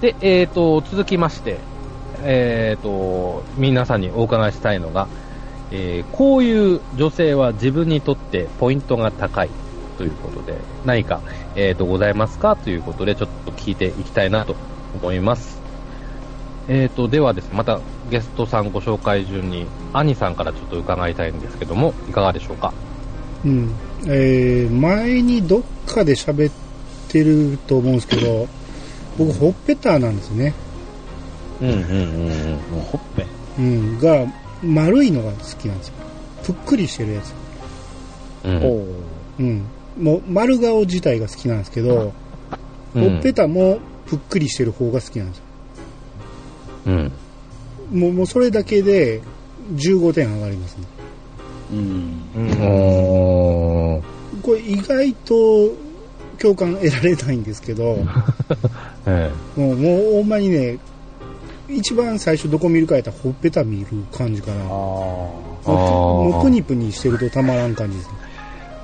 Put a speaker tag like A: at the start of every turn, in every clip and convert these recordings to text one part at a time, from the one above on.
A: で、えー、と続きまして、えー、と皆さんにお伺いしたいのが、えーこういう女性は自分にとってポイントが高いということで何か、えー、とございますかということでちょっと聞いていきたいなと思います、えー、とではですねまたゲストさんご紹介順に兄さんからちょっと伺いたいんですけどもいかがでしょうか
B: うんえー前にどっかで喋ってると思うんですけど僕ほっぺたなんですね、
A: うんうんうんうんほっぺ
B: うん、が丸いのが好きなんですよぷっくりしてるやつ、
A: うん
B: うん、もう丸顔自体が好きなんですけど、ほっぺたもぷっくりしてる方が好きなんですよ
A: うん
B: もうもうそれだけで15点上がりますね
C: うん。
A: うんおー
B: これ意外と共感得られないんですけど
A: え
B: もうもうほんまにね一番最初どこ見るかやったらほっぺた見る感じかな
C: あ
A: あ
C: あ。
A: ー
B: もうプニプニしてるとたまらん感じですね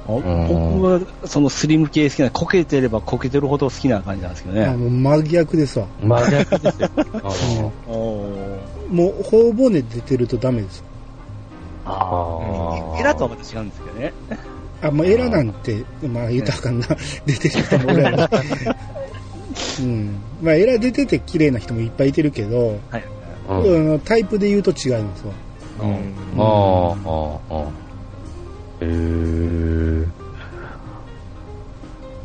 C: 僕は、そのスリム系好きな、こけてればこけてるほど好きな感じなんですけど
B: あ
C: ね。
B: もう真逆ですわ、
A: え真逆ですよあー
C: お
B: もう頬骨出てるとダメです
A: あー
C: あエラとはまた違うんですけどね。
B: あもうエラなんてまあ言うたらあかんな出てる人もおらんうんまあエラ出てて綺麗な人もいっぱいいてるけど、
C: は
A: う
C: い。
B: あ
A: ん
B: のタイプで言うと違うんですわ
A: ああ、ああ、ああ。へえ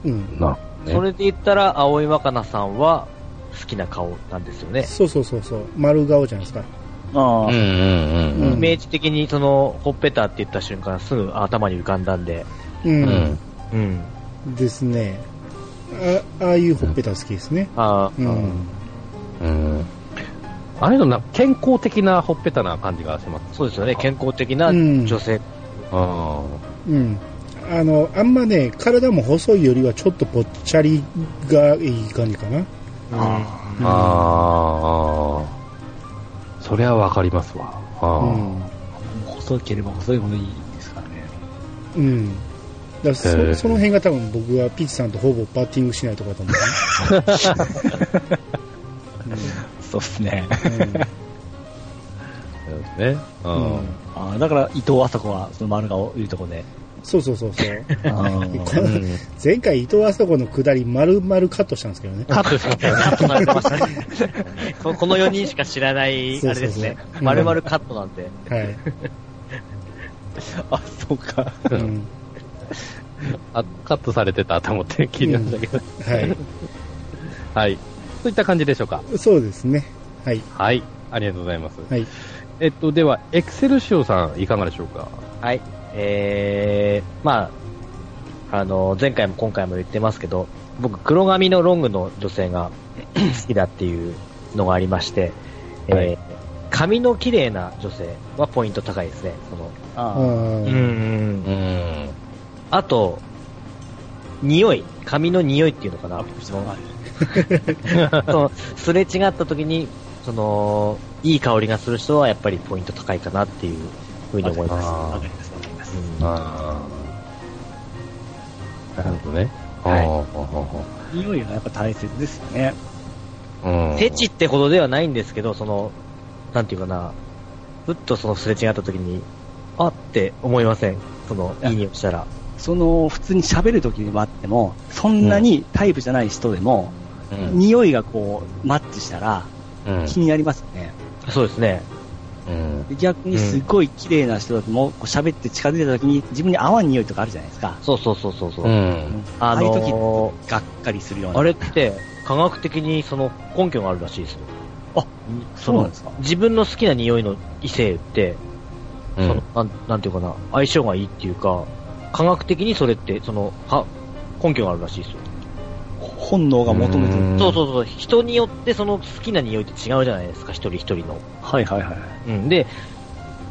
B: うん
A: な、
D: それで言ったら、青井若菜さんは好きな顔なんですよね。
B: そうそうそうそう丸顔じゃないですか
C: あ
A: うんう
C: あ。
A: んうん
D: イメージ的に、その、ほっぺたって言った瞬間、すぐ頭に浮かんだんで。
B: う、
A: うんん。
D: うん。
B: ですねあああいうほっぺた好きですね
D: あー
B: うん、
A: うん。あれのなんか健康的なほっぺたな感じがします。
D: そうですよね。健康的な
B: うん
D: 女性。
A: あ
B: うんあのあんまね体も細いよりはちょっとぽっちゃりがいい感じかな
D: あ
A: あ、ああ。そりゃわかりますわ。あ
B: うん
C: 細ければ細いほどいいですからね。
B: うん。だからそ
A: へー
B: その辺が多分僕はピッチさんとほぼバッティングしないとこだと思
C: そうですね。
B: うね。
A: あ。そうですね。う
B: うん
A: ん。
C: ああ、だから伊藤麻子は、その丸顔いうと こで。
B: そうそうそうそう。
C: ああ。
B: この前回伊藤あそこの下り丸々カットしたんですけどね。
D: カットしましたよ。カットされてましたね。 ここの4人しか知らない、
B: そうそうそう
D: あれですね
B: う。ん
D: 丸々カットなんで。
B: はい。
C: あ、そうか。
B: うん、
A: あ、カットされてたと思って聞いてましたけど。
B: は
A: はい。そういった感じでしょうか。
B: い。そうですね。はい。
A: はい。ありがとうございます。
B: はい。
A: えっと、では、エクセルシオさん、いかがでしょうか
D: はい。えー、まあ、あの、前回も今回も言ってますけど、僕、黒髪のロングの女性 が好きだっていうのがありまして、えー
A: はい
D: 髪の綺麗な女性はポイント高いですね。その
B: あ
C: あ
B: ー
A: うーん。
D: あと、匂い。髪の匂いっていうのか
C: あ。
D: な
C: あ。、質問あ
D: そのすれ違った時に、その、いい香りがする人はやっぱりポイント高いかなっていうふうに思います。
C: わかります、わかります。
D: うん
A: ああ。なるほどね。
D: はい
A: い。
C: 匂いがやっぱ大切ですよね。
A: うん。
D: フェチってほどではないんですけど、その、なんていうかな、ふっとそのすれ違った時に、あって思いません。その、いい匂いしたら。
C: その、普通に喋る時にはあっても、そんなにタイプじゃない人でも、
A: うん。
C: 匂いがこう、マッチしたら、
A: うん
C: 気になりますよね。
D: そうですね。
A: うん。
C: で逆にすごい綺麗な人だとも、こう喋って近づいた時に、自分に合わん匂いとかあるじゃないですか。
D: そうそうそうそうそうう。
A: ん。
C: あ
D: あ
C: あいう時
D: の
C: がっかりするよう
D: ー、
C: な。
D: あれって、科学的にその根拠があるらしいですよ。
C: あ、
D: そ
C: そうなん
D: の
C: ですか。
D: 自分の好きな匂いの異性って、
A: う
D: そ
A: ん
D: のなんなんていうかな、相性がいいっていうか、科学的にそれって、その、は、根拠があるらしいですよ。
C: 本能が求め
A: う
C: て
A: ん
C: る。
D: そうそうそう、人によってその好きな匂いって違うじゃないですか、一人一人の。
C: はいはいはい。
D: うん、で、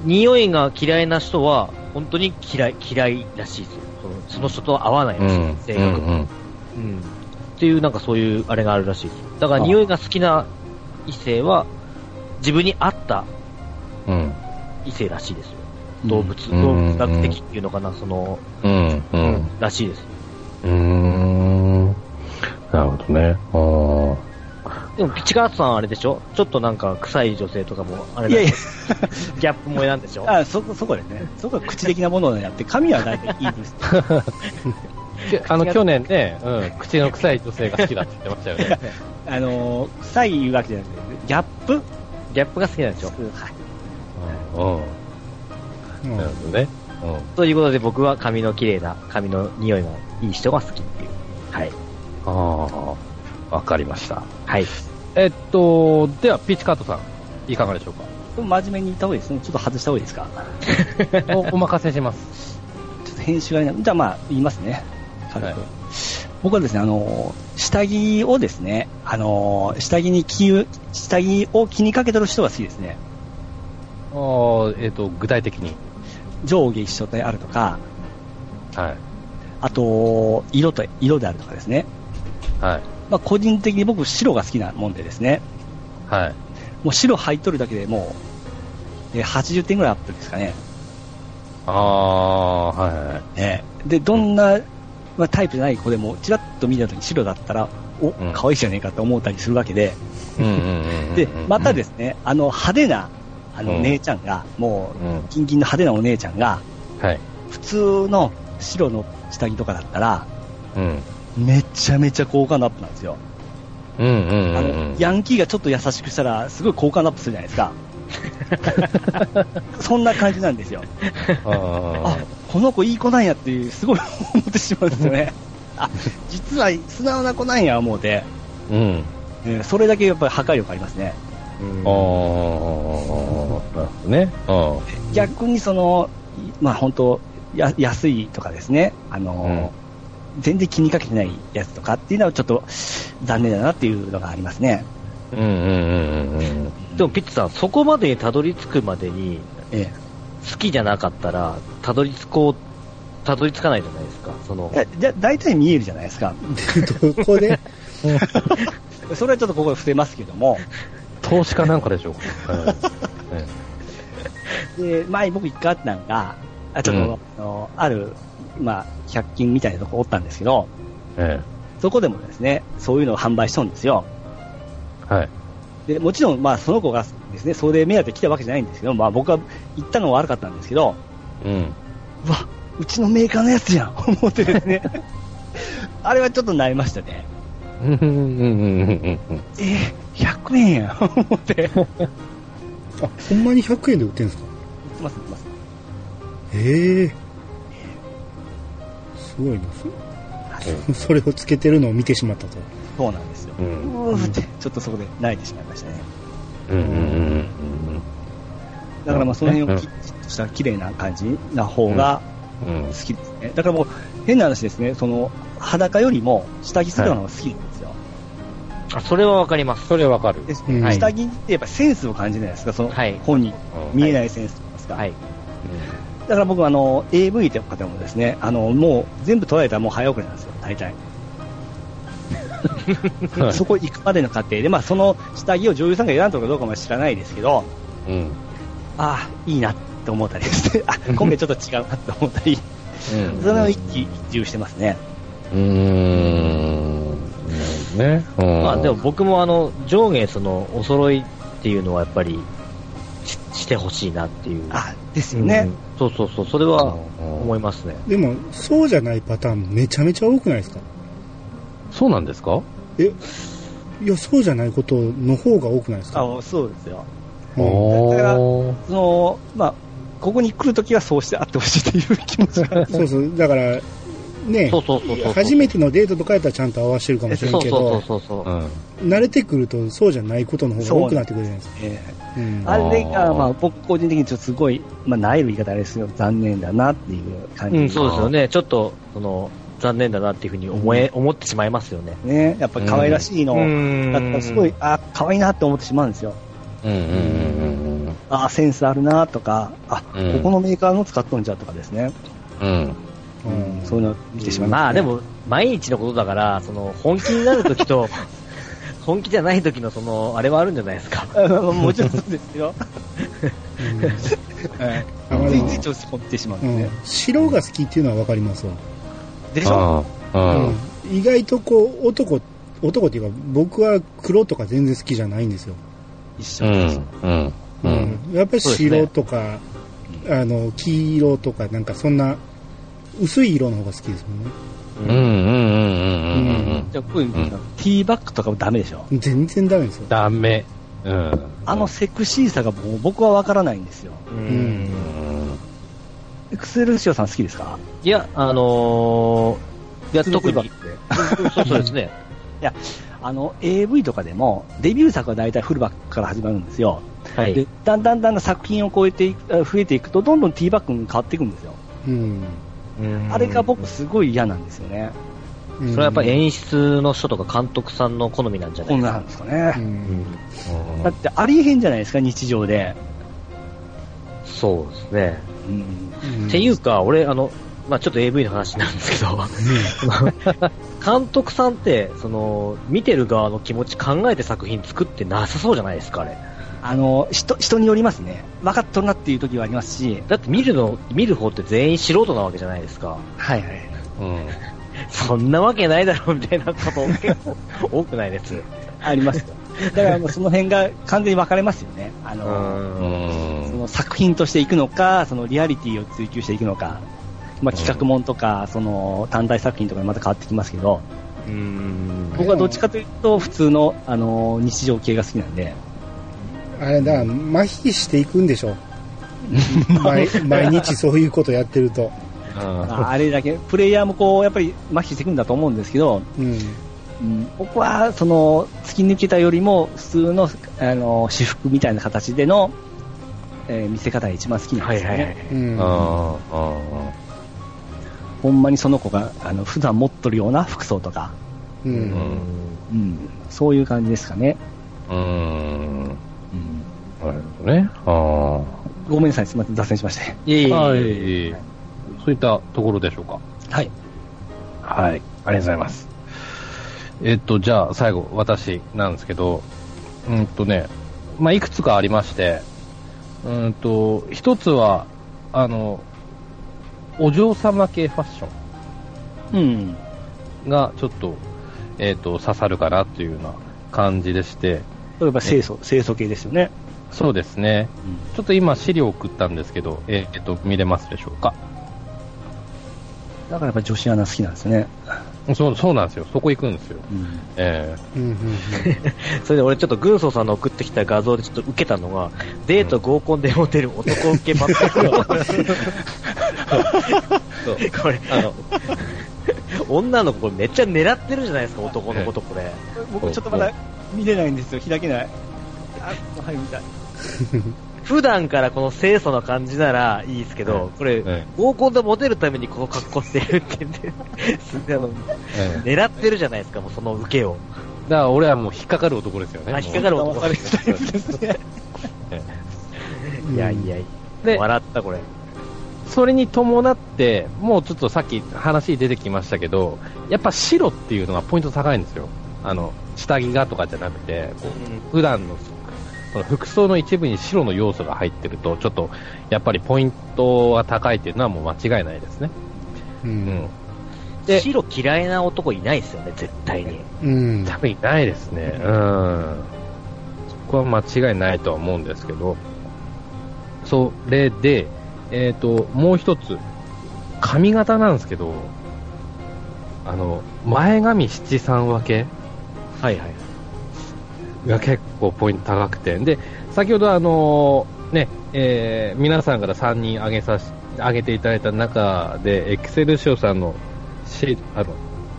D: 匂いが嫌いな人は、本当に嫌い、嫌いらしいですよ。そのその人と合わないらしいです、性格、
A: うん
D: うんっていう、なんかそういうあれがあるらしいです。だから匂いが好きな異性は、自分に合った
A: うん。
D: 異性らしいですよ。動物、
A: うん
D: 動物学的っていうのかな、その、
A: うん。うん。
D: らしいです。
A: うん。うーんなるほどね。ああ。
D: でも、ピチカートさんあれでしょちょっとなんか臭い女性とかも、あれ
C: いや
D: だ
C: いや、
D: ギャップ萌えなんでしょ
C: あそこ、そこでね。そこは口的なものをやって、髪は大体いいです。
A: きあの、去年ね、うん、口の臭い女性が好きだって言ってましたよね。
C: あのー、臭い言うわけじゃなくて、ギャップ
D: ギャップが好きなんでしょ
C: はい
A: うん。うん
B: うん
A: なるほどね。うん。
D: ということで僕は髪の綺麗な、髪の匂いのいい人が好きっていう。はい。
A: ああ、わかりました。
D: はい。
A: えっと、では、ピッチカートさん、いかがでしょ うか
C: でも真面目に言った方がいいですね。ちょっと外した方がいいですか。
A: おお任せします。
C: ちょっと編集がね、じゃあまあ言いますね。軽く
A: はい
C: 僕はですね、あの、下着をですね、あの、下着に気を、下着を気にかけてる人が好きですね。
A: あーえっと、具体的に。
C: 上下一緒であるとか、
A: はい。
C: あと、色と、色であるとかですね。
A: はい。
C: まあ個人的に僕白が好きなもんでですね、
A: はい。
C: もう白入っとるだけでもう、えー80点ぐらいアップですかね。
A: ああ、 はい。
C: ええで、どんな、まあ、タイプじゃない子でも、ちらっと見た時に白だったら、お、
A: ん
C: 可愛いじゃねえかと思ったりするわけで、
A: うんうんうんうん
C: で、またですね、あの派手な、あ
A: う
C: の
A: ん
C: 姉ちゃんが、も
A: うん
C: う、キンキンの派手なお姉ちゃんが、
A: はい。
C: 普通の白の下着とかだったら、
A: うん。
C: めちゃめちゃ好感度アップなんですよ。
A: うんうん
C: あ
A: うん
C: の
A: うん。
C: ヤンキーがちょっと優しくしたら、すごい好感度アップするじゃないですか。 そんな感じなんですよ。
A: あー
C: あ、この子いい子なんやっていう、すごい思ってしまうんですよね。あ、実は素直な子なんや思うて、
A: うん。
C: えーそれだけやっぱり破壊力ありますね。
A: ああ、なるほどね。うん。
C: 逆にその、まあ本当、や安いとかですね、あの、全然気にかけてないやつとかっていうのはちょっと残念だなっていうのがありますね。
A: うんうんうんうん
D: でも、ピッチさん、そこまでにたどり着くまでに、
C: え
D: 好きじゃなかったら、たどり着こう、たどり着かないじゃないですか。その
C: え、だだ大体見えるじゃないですか。
B: どこで
C: それはちょっとここで伏せますけども、
A: 投資家なんかでしょうか。はいえ
C: で前僕一回あったのが、あちょっと、
A: うん
C: あのある、まあ、100均みたいなとこおったんですけど、
A: え
C: そこでもですね、そういうのを販売しとんですよ。
A: えはい。
C: で、もちろん、まあ、その子がですね、それで目当て来たわけじゃないんですけど、まあ、僕は行ったのは悪かったんですけど、
A: うん。
C: うわ、うちのメーカーのやつじゃん、 思ってですね。あれはちょっとなりましたね。
A: うんうんうんうんうんうん。
C: えー、100円やん、 思って。売っ
B: あ、ほんまに100円で売ってんすか
C: てます、売ってます。
B: ええすごいな。そ それをつけてるのを見てしまったと。
C: そうなんですよ。
A: う
C: うんーって、ちょっとそこで泣いてしまいましたね。
A: うんうんうん
C: だからまあ、その辺をき
A: う
C: きっとした綺麗な感じな方が
A: うんうん
C: 好。きですね。だからもう、変な話ですね、その、裸よりも下着姿の方が好きなんですよ。
D: あそれはわかります。
A: それわかる。
C: で
B: うん
D: はい
C: 下着ってやっぱセンスを感じるじゃないですか、その
D: はい
C: 本人、
A: うん
C: 見えないセンスといいますか、
D: はい。
C: だから僕はあの AV とかでもですねあのもう全部捉えたらもう早送りなんですよ、大体、そこ行くまでの過程で、まあ、その下着を女優さんが選んだかどうかも知らないですけど、
A: うん。
C: ああ、いいなって思ったりですね、あ今回ちょっと違うなって思った り、
A: うん
C: それを一喜一憂してますね、
A: うーん。なるほどね。
D: まあでも僕もあの、上下その、お揃いっていうのはやっぱり、ししてほしいなっていう。
C: あです
D: う
C: よ
D: ん
C: ね、。
D: そうそうそう、それ
A: うん、
D: は
A: うん
D: 思いますね。
B: でも、そうじゃないパターンめちゃめちゃ多くないですか
A: そうなんですか
B: えいや、そうじゃないことの方が多くないですか
C: あそうですよ、
B: うん
C: だから
A: おー
C: そのまあ、ここに来るときはそうしてあってほしいという気持ち が。
B: そうそう、だから、ね
D: そうそうそうそう。
B: 初めてのデートとかやったらちゃんと合わせてるかもし
D: そう
B: れんけ
D: そう
B: ど、
D: そうそう
A: う。ん。
B: 慣れてくるとそうじゃないことの方が多くなってくるじゃないですか。
C: えー
B: うん
C: あれ
A: あ
C: が、
A: ー
C: まあ、僕個人的にちょっとすごい、まあ、なえる言い方あれですけど、残念だなっていう感じ
D: う
C: で
D: ん、
C: す
D: そうですよね。ちょっと、その、残念だなっていうふうに思え、思ってしまいますよね。
C: ね。やっぱ可愛らしいの、
A: うん
C: だったらすごい、あ、可愛いなって思ってしまうんですよ。
A: うんうんうんうん
C: あ、センスあるなとか、あ、
A: うん
C: ここのメーカーの使っとんじゃとかですね。
A: うん。
B: うん
C: そういうの見てしまい
D: まあ
C: ます、
D: で
C: ね。
D: も、毎日のことだから、その、本気になるときと、本気じゃないときの、その、あれはあるんじゃないですか。
C: あ、で も、もちろんそうですよ。はい
B: あの
C: ついつい調子こってしまうん
B: う
C: で
B: んう
C: すね
B: ん。白が好きっていうのはわかりますわ。
C: でしょ
A: あーあー
B: うん意外とこう、男男っていうか、僕は黒とか全然好きじゃないんですよ。
C: 一緒
A: う
C: なんです
A: ん。うん。う。
B: うんん。やっぱり
D: そうですね
B: 白とか、あの、黄色とか、なんかそんな、薄い色の方が好きですもんね。
A: うん。うん。うん。うん。うん。うん。
C: じゃあ僕、ティーバッグとかもダメでしょ。
B: 全然ダメですよ。
A: ダメ。うん。
C: あのセクシーさがもう僕はわからないんですよ。
D: うん
A: うん。
C: クセルシオさん好きですか
D: いや、あのー、いや、
C: 普通の
D: 特
C: ティーバ
D: に。そうそうですね。
C: あの、AV とかでも、デビュー作は大体フルバックから始まるんですよ。
D: は
C: で
D: い。、
C: だんだんだんだん作品を超えていく、あ増えていくと、どんどんティーバッグに変わっていくんですよ。
B: うん。
C: あれが僕
D: そ
C: すごい嫌なんですよね。
B: うん
D: れはやっぱり演出の人とか監督さんの好みなんじゃな
C: こ
D: い
C: ん
D: か
C: な
D: なん
C: ですかね。
B: うん
C: だってありえへんじゃないですか、日常で。
D: そうですね。
C: うん。
D: っていうか、俺、あの、まあちょっと AV の話なんですけど、 監督さんって、その、見てる側の気持ち考えて作品作ってなさそうじゃないですか、あれ。
C: あの、人、人によりますね。分かっとるなっていう時はありますし。
D: だって見るの、見る方って全員素人なわけじゃないですか。
C: はいはい。
A: うん。
D: そんなわけないだろ、みたいなこと結構多くないです。
C: ありますよ。だからもうその辺が完全に分かれますよね。あ
D: う
C: の、
D: ん。
A: うん
C: その作品としていくのか、そのリアリティを追求していくのか、まあ、企画もんとか、その単体作品とかにまた変わってきますけど、
D: うん。
C: 僕はどっちかというと、普通の、あの日常系が好きなんで、
B: あれだ、麻痺していくんでしょ。 毎毎日そういうことやってると。
C: まああれだけ、プレイヤーもこう、やっぱり麻痺していくんだと思うんですけど、
B: うん。
C: うん僕は、その、突き抜けたよりも、普通の、あの私服みたいな形での、えー見せ方が一番好きなん
D: は
C: で
D: い
C: すよ
D: は
C: ね。
D: いはい。
B: うん。
A: ああ。
C: ほんまにその子が、あの、普段持っとるような服装とか、
B: う。
D: うんん。
C: うん、そういう感じですかね。
A: うん。
C: うん
A: なるほどね。あ
C: ごめんなさい、すみません、脱線しまして。
D: いえいえいえ
A: あ。はい。そういったところでしょうか。
C: はい。
A: はい。ありがとうございます。えっと、じゃあ、最後、私なんですけど、うんとね、まあ、いくつかありまして、うんと、一つは、あの、お嬢様系ファッショ
C: うん。
A: ンがちょっと、えっと、刺さるかなっていうような感じでして、
C: 例えば清楚、清楚系ですよね。
A: そうですね。ちょっと今資料送ったんですけど、えっと、見れますでしょうか。
C: だからやっぱ女子アナ好きなんですね。
A: そう、そうなんですよ。そこ行くんですよ。
C: うん。
A: ええ
B: うんうん
D: それで俺ちょっと軍曹さんの送ってきた画像でちょっと受けたのが、デート合コンでモテる男受けばっかりだ
A: そう
D: これ、あの、女の子これめっちゃ狙ってるじゃないですか、男の子とこれ。
A: 僕ちょっとまだ
C: 見れないんですよ、開けない。あ、はい、見たい。
D: 普段からこの清楚な感じならいいですけど、これ、
A: え
D: 合コンでモテるためにこの格好してるって言 って、すあの
A: ええ
D: 狙ってるじゃないですか、もうその受けを。
A: だから俺はもう引っかかる男ですよね。
D: あ引っかかる
C: 騙
D: 男
C: され
D: で
C: る
D: す。
C: タイプですね。
B: うん
D: いやいやいや。
A: で
D: 笑ったこれ。
A: それに伴って、もうちょっとさっき話出てきましたけど、やっぱ白っていうのはポイント高いんですよ。あの、下着がとかじゃなくて、こう普段の、その服装の一部に白の要素が入ってると、ちょっと、やっぱりポイントが高いっていうのはもう間違いないですね。
B: う
A: うんん。で
D: 白嫌いな男いないですよね、絶対に。
B: うん
A: 多分いないですね。うん。そこは間違いないとは思うんですけど、それで、えっ、と、もう一つ、髪型なんですけど、あの、前髪七三分け
D: はいはい。
A: が結構ポイント高くて、で、先ほどあのね、えー皆さんから3人挙げさし、挙げていただいた中で、エクセルシオさんの、し、あの、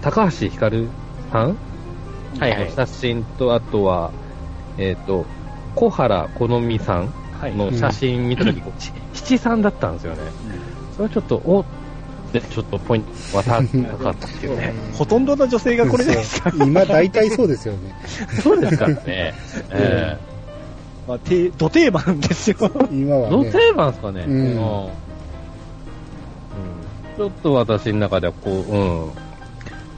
A: 高橋ひかるさん
D: はいは
A: の
D: い。
A: 写真と、あとは、えっ、と、小原好美さん
C: はい。
A: の写真見たとき、ち 七三だったんですよね。それはちょっと、おって、ちょっとポイント渡なかったっていうね。
C: ほとんどの女性がこれです。
B: そう今大体そうですよね。
A: そうですからね。え
C: まあ、て、ど定番ですよ。
B: 今
A: え
B: は
A: ど
B: ね。
A: 定番ですかね。
B: うん
A: うんちょっと私の中では、こう、うん。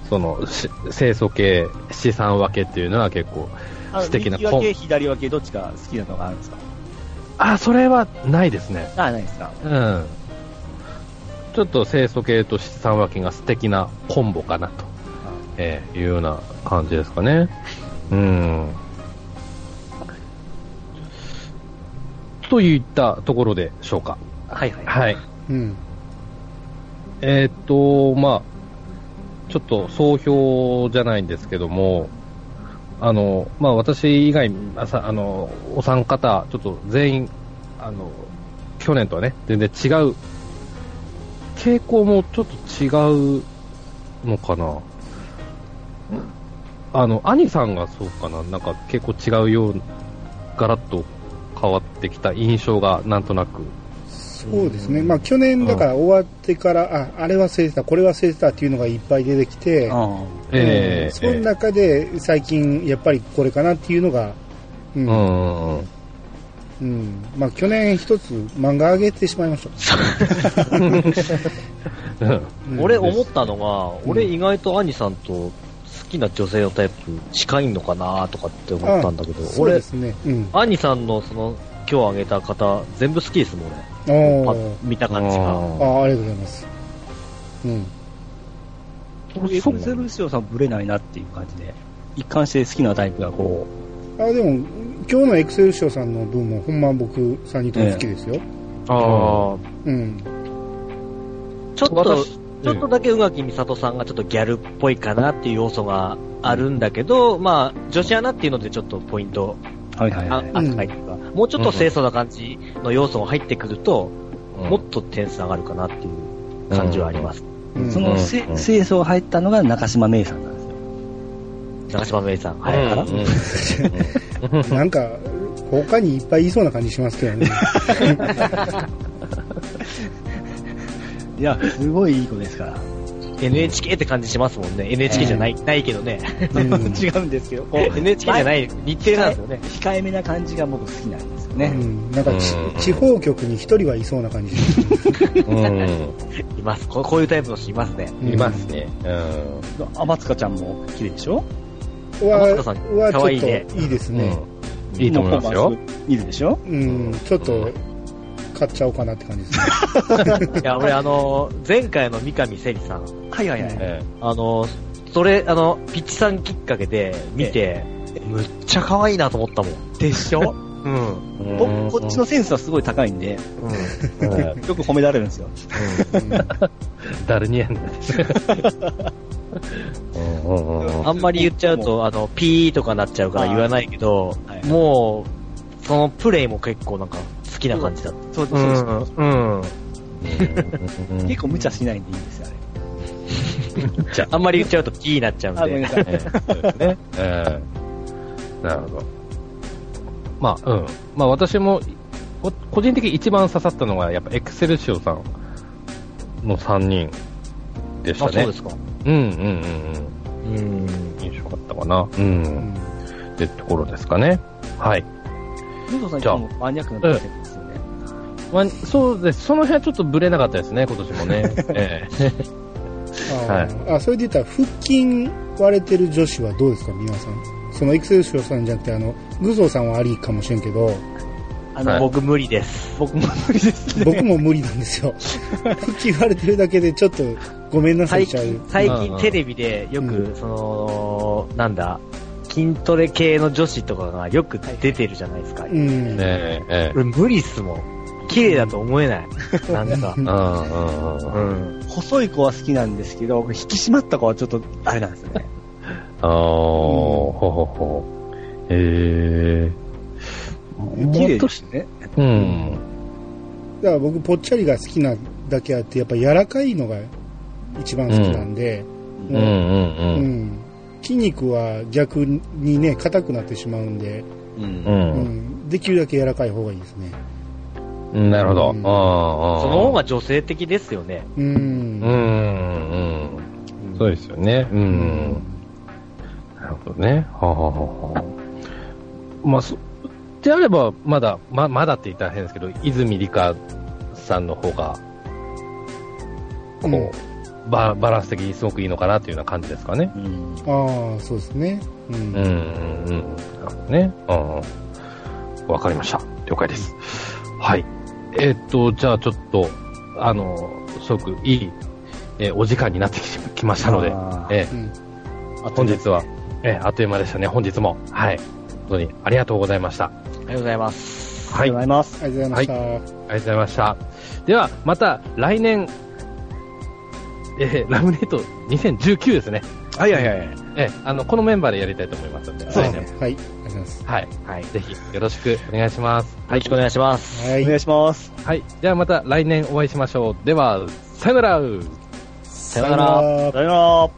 A: その、し清楚系、七三分けっていうのは結構、
C: あの
A: 素敵な
C: 右分け、左分け、どっちが好きなのがあるんですか
A: あ、それはないですね。
C: あ、ないですか。
A: うん。ちょっと清楚系と七三分けが素敵なコンボかなと。
C: あ
A: えーいうような感じですかね。うん。といったところでしょうか。
D: はいはい。
A: はい。
B: うん。
A: えーっと、まあ、ちょっと総評じゃないんですけども、あの、まあ私以外、あさあの、お三方、ちょっと全員、あの、去年とはね、全然違う、傾向もちょっと違うのかな。あの、兄さんがそうかな、なんか結構違うよう、ガラッと変わってきた印象がなんとなく。
B: そうですね。まあ、去年、だから終わってから、あ、あれ忘れてた、これ忘れてたっていうのがいっぱい出てきて、
C: あ
B: う
A: え
B: んそ
A: え
B: の中で最近やっぱりこれかなっていうのが、う。
A: うんんうん。
B: うんまあ、去年一つ漫画上げてしまいました。
A: うん
B: うん
D: 俺
A: お
D: 思ったのが、
B: ん
D: 俺意外と兄さんと好きな女性のタイプ近いのかなとかって思ったんだけど、
B: そうで
D: 俺、
B: すね。うん。
D: 兄さんのその、今日あげた方、全部好きですもん、俺。
B: お
D: パ
B: ー
D: ッ見た感じ
B: あ
D: が。
B: あ、ありがとうございます。うん。
C: あ。エクゼルシオさんぶれないなっていう感じで、一貫して好きなタイプがこ
B: あでも、今日のエクセルシオさんの分も、ほんま僕、3人とも好きですよ。
A: ああ、
B: うん。
D: ちょっと、
A: 私
D: ちょっとだけ宇垣美里さんがちょっとギャルっぽいかなっていう要素があるんだけど、まあ、女子アナっていうのでちょっとポイント、
C: う、はいはい
D: あ
C: は
D: あ
C: い。
D: 高いっていうか、もうちょっと清楚な感じの要素が入ってくると、
A: うん
D: もっと点数上がるかなっていう感じはあります。
B: うん
C: そのせ、清掃入ったのが中島芽衣さんなんですよ。
D: 長島芽衣さん。
A: は
D: はいい。
A: か
D: から
A: う
D: ら
A: ん
B: なんか、他にいっぱいいそうな感じしますけど ね。
C: いや、すごいいい子ですから。
D: NHK って感じしますもんね。NHK じゃない、ないけどね。
B: うん
C: 違うんですけど、 こう
D: NHK じゃない、日程なんですよね。
C: 控えめな感じが僕好きなんですよ
B: う
C: ね。
B: ん、なんかち
A: うん
B: 地方局に一人はいそうな感じです。
A: う
D: いますこう。こういうタイプの人いますね。
A: ん。いますね。うん。
C: 天塚ちゃんも綺麗でしょ
B: うんは
D: 天塚さん
B: はちょ
D: 可
B: っと
D: 愛
B: い
D: いね
B: いですね。
A: うんいいと思いますよ。。
C: いいでしょ
B: うん、ちょっと買っちゃおうかなって感じですね。
D: いや、俺あの、前回の三上せりさん、
C: はいはいはい。
A: え
D: あの、それ、あの、ピッチさんきっかけで見て、むっちゃ可愛いなと思ったもん。
C: でしょ
D: うん。
A: え
C: 僕、こっちの。センスはすごい高いんで、よ
A: うん
C: く褒められるんですよ。
A: 誰にやんねん。うんうんうん
D: あんまり言っちゃうと、あの、ピーとかなっちゃうから言わないけど、
C: はい
D: もう、そのプレイも結構なんか好きな感じだっ
C: そう
D: た。
C: そうそう。
D: うん。
A: うん
C: 結構無茶しないんでいいんですよ、
D: あんまり言っちゃうとピーになっちゃうん
C: あれ。あ、ごめん
D: で
C: な。さ
A: え
C: い。
A: えそうですね。ええなるほど。まあ、うん。まあ私も、こ個人的に一番刺さったのは、やっぱエクセルシオさんの3人でした
D: あ、
A: ね。
D: そうですか。
A: うんうんうんうん。
D: うん。
A: 印象だったかな。う。
B: うんん
A: ってところですかね。はい。
C: 武藤さん、
A: じゃあ
C: 今もマニアックなタイプですよね。
A: まあ、そうです。その辺はちょっとブレなかったですね、今年も ね。ええ
B: あー、あそれで言ったら腹筋割れてる女子はどうですか皆さんそのエクセルシオさんじゃなくてあのグゾーさんはありかもしれんけ ど
A: は
C: あ
A: い
C: の、僕
D: 僕無理です。
C: 僕も無理ですね。
B: 僕も無理なんですよ腹筋割れてるだけでちょっとごめんなさい
D: 最
B: ちゃう
D: 近、最
A: うんうん
D: 近テレビでよ
B: う
D: く、その、なんだ、筋トレ系の女子とかがよく出てるじゃないですか。
B: う
A: ね
B: ん、
A: え、ええ。
D: 俺無理っすもん。綺麗だと思え ない。なんか
B: う。ん
A: うんうんうんう
D: う
A: ん
D: ん。
C: 細い子は好きなんですけど、僕引き締まった子はちょっと、あれなんですよね。
A: あー、ほほほ。え
C: 綺麗ですね。
A: えうん。
B: だから僕ぽっちゃりが好きなだけあってやっぱ柔らかいのが一番好きなんで、
A: うんう
B: もううん筋肉は逆にね硬くなってしまうんで、
A: う
C: う。
A: ん。うん
B: うん
A: ん。
B: できるだけ柔らかい方がいいですね
A: うんなるほど。
B: うん
D: そ
A: そ
D: の方が、女性的ですよね。
B: うん、
A: うん、うん。そうですよね。う。
B: うん
A: なるほどね。はあ、はあはあ、まあ、そ、であれば、まだ、ま、まだって言ったら変ですけど、泉理香さんの方が、こう、ババランス的にすごくいいのかなというような感じですかね。
C: うん
B: ああそうですねうん
A: うん、うん、うん。なるほどね。うん。わかりました。了解です。はい。えっと、じゃあちょっと、あの、すごくいい、えーお時間になってきましたので、
C: あー
A: え
B: うん
A: 本日は、えーあっという間でしたね、本日も。はい。本当にありがとうございました。
D: りがとうございます。
A: は
C: ありがと
A: いう
C: ご。ざいます。
B: ありがとうございました。
A: ありがとうございました。では、また来年、えーラムネート2019ですね。
D: はいはいはい。
A: えーあの、このメンバーでやりたいと思いますので、
C: そうで
A: 来
C: す
A: 年
C: ね
A: も
B: はい。ありがとうございます。
A: はい。
D: はい。よ
A: ぜひ、よろしくお願いします。
D: ろしくお願いします。
B: は
C: お願い
B: い。
C: します。
A: はい。ではまた来年お会いしましょう。では、さよなら
B: さ
D: よなら
C: さよなら。